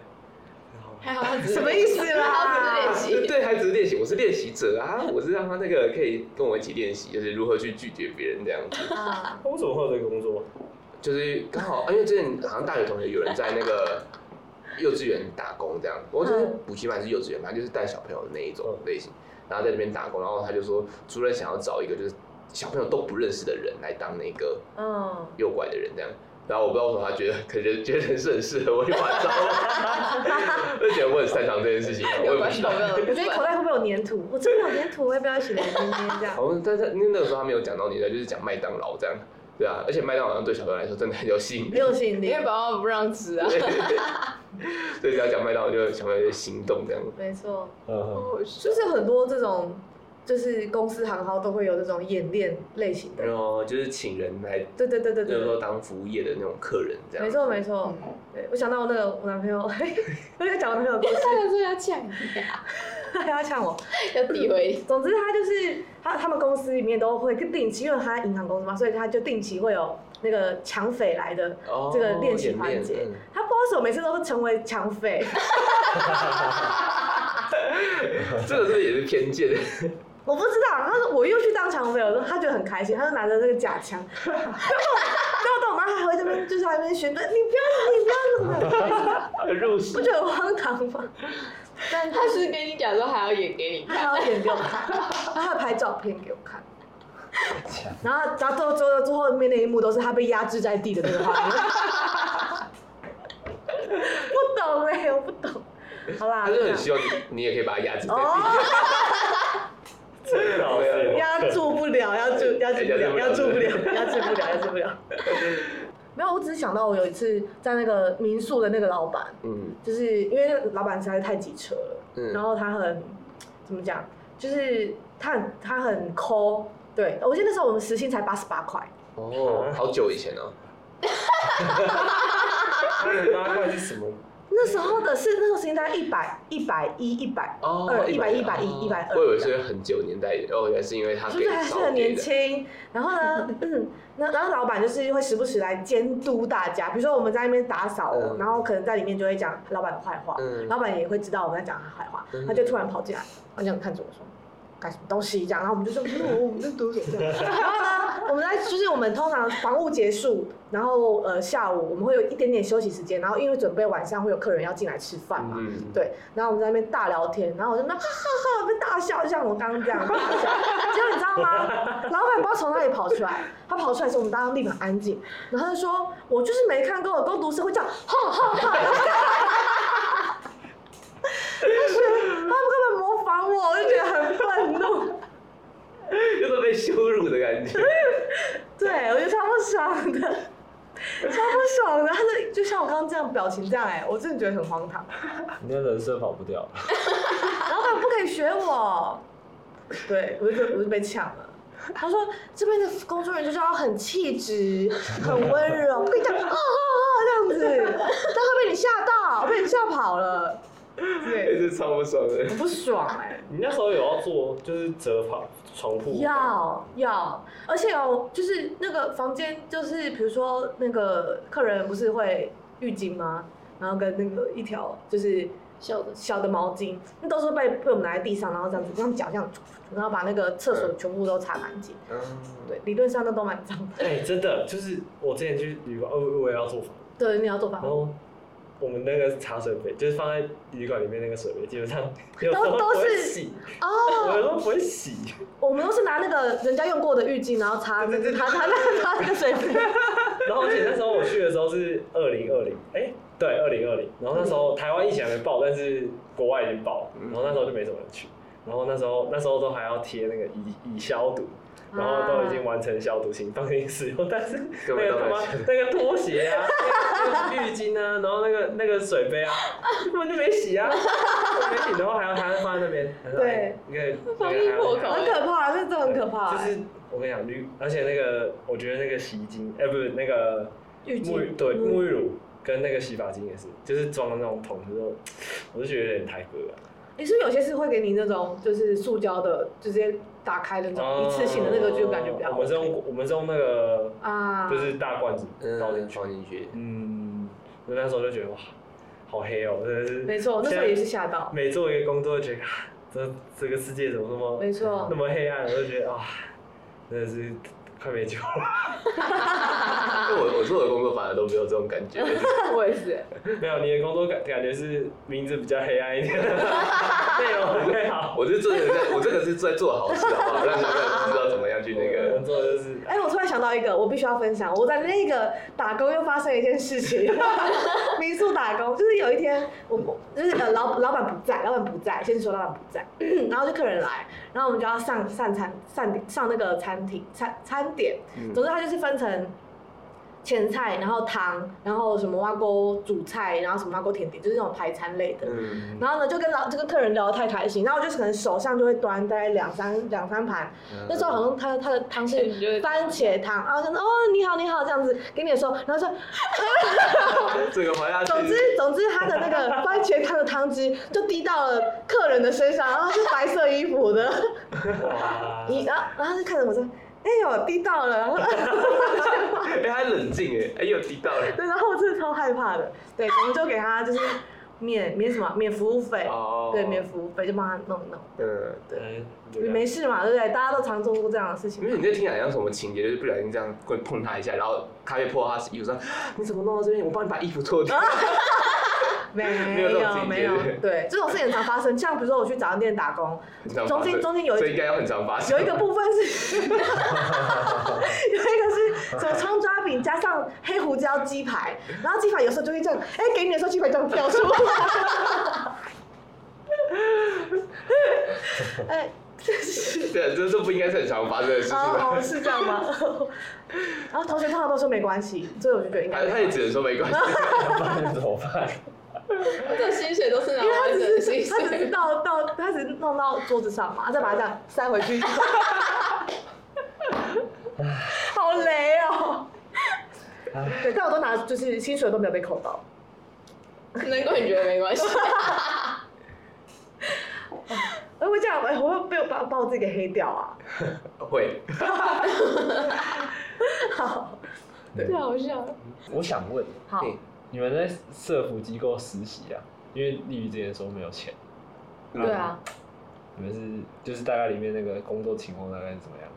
还好他只是
什么意思啦
还好只是练习。
对，还只是练习，我是练习者啊，我是让他那个可以跟我一起练习，就是如何去拒绝别人这样
*laughs*
子。
嗯
啊，
我怎么会有这个工作？
就是刚好，啊因为之前好像大学同学有人在那个幼稚园打工这样，我就是
嗯
补习班还是幼稚园，反正就是带小朋友的那一种类型，然后在那边打工，然后他就说主任想要找一个就是小朋友都不认识的人来当那个
嗯，
诱拐的人这样。然后我不知道为什么他觉得，可能觉得人是很适合我，就把他招，就觉 *laughs* 得我很擅长这件事情，我也
有
不
关
知
系
道
有。关
我觉得口袋会不会有粘土？我真的有粘土，我要不要一起来今天这样？
好像但是那个时候他没有讲到你的，就是讲麦当劳这样，对啊，而且麦当劳好像对小朋友来说真的很有 *laughs* 吸引
*laughs* 没
力，
有吸引
因
力
为，爸妈不让吃啊。
所以只要讲麦当劳就小朋友就心动这样。
没错，
嗯，
哦
就是很多这种，就是公司行号都会有这种演练类型的。
然后就是请人来，
对对对对
就是说
对，
当服务业的那种客人这样。
没错没错。对，我想到我那个我男朋友， *laughs* 嘿我在讲我男朋友的故事，
他说要呛你啊，
他要呛我。
要诋毁你。
总之，他就是他他们公司里面都会定期，因为他银行公司嘛，所以他就定期会有那个抢匪来的
哦
这个练习环节。
演练
他不知道为什么每次都会成为抢匪，
嗯这个是不是也是偏见？ *laughs*
我不知道。他说我又去当抢匪，我说他觉得很开心，他就拿着那个假枪，然后然后到我妈还会这边就是在那边旋转，你不要你不要什么的，
入戏
不觉得很荒唐吗？但
他是跟你讲说还要演给你
他
看，
还要演给我看，他还拍照片给我看。
强
然后，然后到最后最后面那一幕都是他被压制在地的那个画面。不懂哎、我不懂。好啦，
他就
这
很
样
希望你，你也可以把他压制在
哦，
真的好
压住不了，压住，压住不了，压住不了，压住不了，压住不了。没有，我只是想到我有一次在那个民宿的那个老板，
嗯
就是因为那个老板实在是太机车了，
嗯，
然后他很怎么讲，就是他很他很抠。对，我记得那时候我们时薪才八十八块，
哦，好久以前哦，
八块是什么？
那时候的是那时候时薪大概一百一百一一百
哦
二，一百呃一百一一百二，
我以为是很久年代的，哦，原来是因为他
是
给
不是还是
少
很
给
年
的，
轻？然后呢，嗯，那然后老板就是会时不时来监督大家，比如说我们在那边打扫哦，
嗯
然后可能在里面就会讲老板的坏话，
嗯
老板也会知道我们在讲他坏话，
嗯
他就突然跑进来，他这样看着我说。干什么东西这样？然后我们就说，嗯，我们在读什么？ *laughs* 然后呢，我们在就是我们通常房务结束，然后呃下午我们会有一点点休息时间，然后因为准备晚上会有客人要进来吃饭嘛，
嗯， *laughs*
对，然后我们在那边大聊天，然后我就那哈哈哈被大笑，像我刚刚这样大笑。结果你知道吗？老板不知道从哪里跑出来，他跑出来的时候，我们大家立马安静，然后他就说：“我就是没看过有工读生会这样哈哈哈。”他学他们根本模仿我，我就觉得很愤怒。
有种被羞辱的感觉。 *laughs*
对，我觉得超不爽的，超不爽的。他就就像我刚刚这样表情这样、哎，我真的觉得很荒唐。
你的人生跑不掉。
*laughs* 老板不可以学我。 *laughs* 对，我就被我就被呛 *laughs* 了。
他说这边的工作人员就是要很气
*laughs*
质，很温柔。
我跟你讲，啊啊啊，这样子， *laughs* 但会被你吓到，被你吓跑了。对，
是超不爽的。
很不爽哎、
你那时候有要做就是折床床铺？
要要，而且哦，就是那个房间，就是比如说那个客人不是会浴巾吗？然后跟那个一条就是
笑的
小的毛巾，那都是被被我们拿在地上，然后这样子用脚这样，然后把那个厕所全部都擦干净。
嗯
对，理论上那都蛮脏的。
哎、真的就是我之前去旅馆，我我也要做房，
对，你要做法
然后我们那个茶水杯就是放在旅馆里面那个水杯，基本上有时
都
候
都
不
是
会洗，
哦，
我有时候不会洗，
我们都是拿那个人家用过的浴巾，然后擦，
对对对
擦擦那擦那个水杯。
*laughs* 然后而且那时候我去的时候是二零二零，哎，对，二零二零。然后那时候台湾疫情还没爆，但是国外已经爆了，然后那时候就没什么人去。然后那时候那时候都还要贴那个已已消毒，然后都
啊
已经完成消毒，请放心使用。 *laughs* 但是那个他妈那个拖鞋啊，那个浴巾啊，然后那个那个水杯啊，根本就没洗啊，没洗，然后还要还要放在那边，
对，
那个
防疫破口
很可怕，那真的很可怕、欸
就是我跟你讲，绿，而且那个我觉得那个洗衣精，哎、不是那个
浴巾
沐浴对
嗯
沐浴乳跟那个洗发精也是，就是装的那种桶子都，我就觉得有点太恶了。
你是不是有些是会给你那种就是塑胶的，直接打开的那种一次性的那个，就感觉比较
哦我们是
OK
用我们是用那个
啊，
就是大罐子
嗯
倒进去，
放进去， *laughs*
嗯，我那时候就觉得哇，好黑哦、真的是。
没错，那时候也是吓到，
每做一个工作，觉得啊这这个世界怎么那么
没错
那，么黑暗，我就觉得啊，真的是快没救了。
因为我我做的工作反而都没有这种感觉，
*laughs*
*laughs*
我也是，
*laughs* 没有，你的工作感感觉是名字比较黑暗一点， *laughs* 内容很美好。
我是真的在，我这个是在做好事，好不好？让老板知道怎么样去那
我
个
们。做的
*laughs*
就是
哎、我突然想到一个，我必须要分享。我在那个打工又发生了一件事情， *laughs* 民宿打工，就是有一天我我就是呃老老板不在，老板不在，先说老板不在， *clears throat* 然后就客人来，然后我们就要上上餐上上那个餐厅餐餐点，总之它就是分成。前菜，然后汤，然后什么挖沟主菜，然后什么挖沟甜点，就是那种排餐类的。
嗯，
然后呢，就跟老这个客人聊得太开心，然后我就可能手上就会端大概两三两三盘，
嗯
那时候好像他他的汤是
*laughs* 你觉得
番茄汤，然后想说哦你好你好这样子给你的时候，然后说，
这个滑下去，
总之总之他的那个
*laughs*
番茄汤的汤汁就滴到了客人的身上，然后是白色衣服的， *laughs*
哇，
你然后然后他就看着我说，哎呦滴到了，然后 *laughs*
哎，他冷静哎，哎，又滴到了。
对，然后我真的超害怕的，对，我们就给他就是免免什么免服务费，
哦
对，免服务费就帮他弄一弄，
嗯，
嗯，
你没事嘛，对不对？大家都常做过这样的事情
因。 *laughs* 为你在听好像什么情节，就是不小心这样会碰他一下，然后咖啡泼到他衣服上，啊你怎么弄到这边？我帮你把衣服脱掉。
啊没
有这种
有
情节
没有，对，这种事情很常发生。像比如说我去早餐店打工，
很常
中
发生
间中间有
这应
一
该要很常发生。
有一个部分是，有一个是什么葱抓饼加上黑胡椒鸡排，然后鸡排有时候就会这样，哎、给你的时候鸡排这样掉出来。哎、
对，这这不应该是很常发生的事情吧？
哦哦，是这样吗？ *laughs* 然后同学通常都说没关系，所以我就觉得应该
他 *laughs*
没
他
关
也
系。
只能说没关
*laughs*
系。
*laughs*
办怎么办？
这薪水都是拿
因为他
完整的
只是
薪
他只是
水，
到到他只是弄到桌子上嘛，再把它这样塞回
*laughs*
去，好雷哦。对，但我都拿，就是薪水都没有被扣到。
难怪你觉得没关系。
哎，我这样，哎，我会被把把我自己给黑掉啊。
会，
好，
太好笑了。
我想问，
好
嘿
你们在社服机构实习啊？因为立宇之前说没有钱，
对啊，
嗯
你们是就是大概里面那个工作情况大概是怎么样？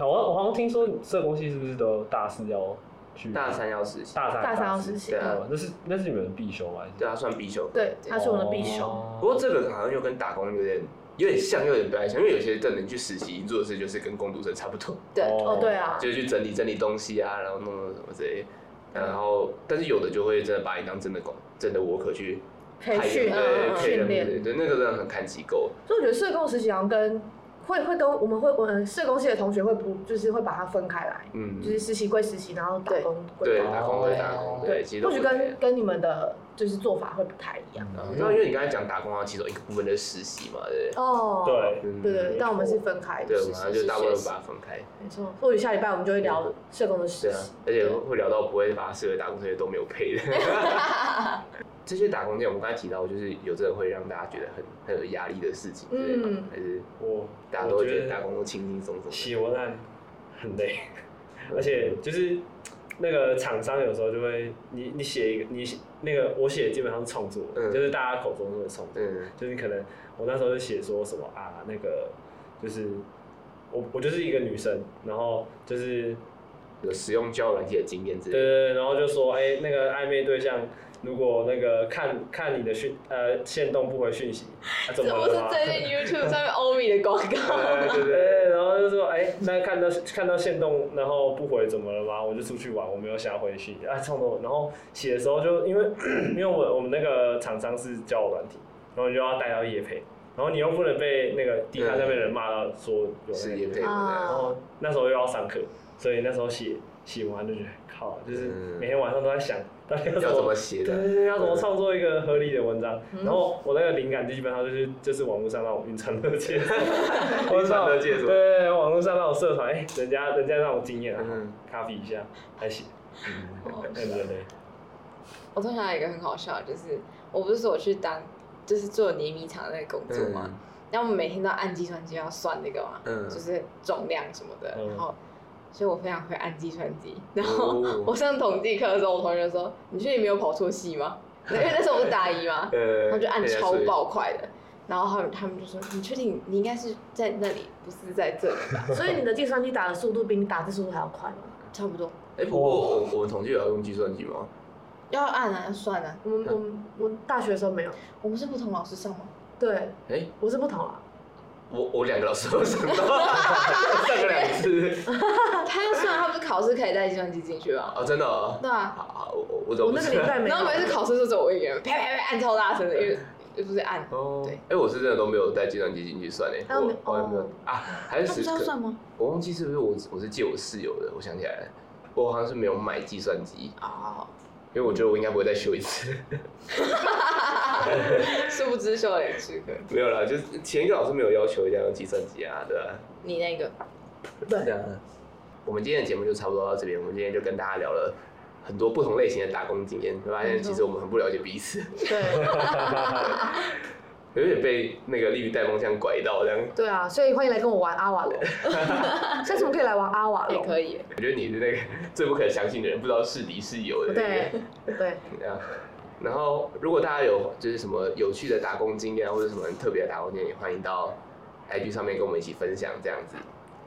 我我好像听说社工系是不是都大四要去
大三要实习，
大三
大三要
四
实习嗯
对，啊
哦那是那是你们的必修吗？还是
对啊，算必修。
对，他是我的必修。
哦
不过这个好像又跟打工有点有点像，又有点不太像，因为有些真的你去实习你做的事就是跟工读生差不多，
对
哦， *laughs* 对，啊，
就是去整理整理东西啊，然后弄弄什么之类的。然后，但是有的就会真的把你当真的工，真的 worker 去
培
派
训
人对
啊
对
训练。
对对，那个真的很看机构。
所以我觉得社工实习好像跟会会跟我们会我们社工系的同学会不就是会把它分开来，
嗯
就，是实习归实习，然后打工归
对，打
打工。
工对打工对，其实都
或许
不太一
跟
样
跟你们的就是做法会不太一样。
嗯那因为你刚才讲打工啊，其中一个部分就是实习嘛，对不
哦，
对，
对？嗯
对对，但我们是分开的
对，我
实
们
习
好像就大部分把它分开。
没错。或许下礼拜我们就会聊社工的
对
实
啊
习。，
而且会聊到不会把所有打工这些都没有
*laughs*
配的。这些打工店，我们刚才提到，就是有这个会让大家觉得很很有压力的事情，对啊吗
嗯
还是
我
大家都
我
觉得打工都轻轻松松的。
写文案很累，而且就是那个厂商有时候就会，你你写一个，你写那个我写基本上是创作，
嗯
就是大家口中说的创作，
嗯
就是可能我那时候就写说什么啊，那个就是我我就是一个女生，然后就是
有使用交友软体的经验之
对
类
对
的。
对，然后就说哎、那个暧昧对象。如果那个看看你的讯呃限动不回讯息，啊、怎
这
么
不
了
是
吗？
最近 YouTube 上面欧米的广告，
对对对对，
对，然后就说，哎、那看到看到线动，然后不回怎么了吗？我就出去玩，我没有想要回去。啊，创作，然后写的时候就因为 *coughs* 因为我我们那个厂商是交友软体，然后你就要带到夜配，然后你又不能被那个地摊上面的人骂到说有
是
那
也
个，
配啊的。
啊
然后那时候又要上课，所以那时候写写完就觉得靠，就是
嗯
每天晚上都在想到底要
要怎么写
对
的？
对对，要怎
*laughs*
么创作一个合理的文章？然后我那个灵感基本上就是就是网络上那种云传乐界，
云传乐界是吧
对对对，网络上那种社团，哎，人家人家那种经验啊
嗯，
咖啡一下还行，
好
对对对，
我突然想到一个很好笑的，就是我不是说我去当就是做碾米厂的那个工作嘛，
嗯
然后我们每天都要按计算机要算那个嘛，
嗯
就是重量什么的，
嗯
然后所以我非常会按计算机。然后
哦
*laughs*
我上统计课的时候，我同学说：“你确定没有跑错戏吗？”因为那时候我是大一嘛，
呃
然后就按超爆快的。然后他们他们就说：“你确定你应该是在那里，不是在这里吧 *laughs*
嗯所以你的计算机打的速度比你打字速度还要快吗？？”
差不多，
哎，不过我我们统计有要用计算机吗？
要按啊，要算啊。
我们
嗯
我们我大学的时候没有，
我们是不同老师上吗？
对
哎，
我是不同啊。
我我两个老师都上
*laughs*
到，上了两次。
他要算，他不是考试可以带计算机进去吗？
哦，真的哦。
对啊。
好好，我我我怎
我
么不
那
知
个
道
年代没有。
然后每次考试就只有我一个人，啪啪啪按超大声的，因为又不是按，
*laughs* 哦，
对，
哎，我是真的都没有带计算机进去算诶，
啊
我
没
好像没有
哦
啊，还
那
是
不是要算吗？
我忘记是不是我我是借我室友的，我想起来了，我好像是没有买计算机，
哦， *laughs*
因为我觉得我应该不会再修一次， *laughs*
殊不知修了两次课。
没有啦，就是前一个老师没有要求一定要用计算机啊，对吧、
你那个
对啊，我们今天的节目就差不多到这边，我们今天就跟大家聊了。很多不同类型的打工经验，会发现其实我们很不了解彼此， *laughs*
对
有点被那个利于带风向拐到这样。
对啊，所以欢迎来跟我玩阿瓦隆。 *laughs* 下次我们可以来玩阿瓦
也
隆。
可以，
我觉得你是那个最不可相信的人，不知道是敌是友的那个人
哦对。对，
啊， *laughs* 然后如果大家有就是什么有趣的打工经验啊或者什么很特别的打工经验，也欢迎到 IG 上面跟我们一起分享这样子。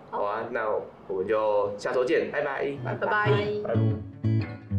好啊，那我们就下周见，拜拜。
拜拜。
拜拜。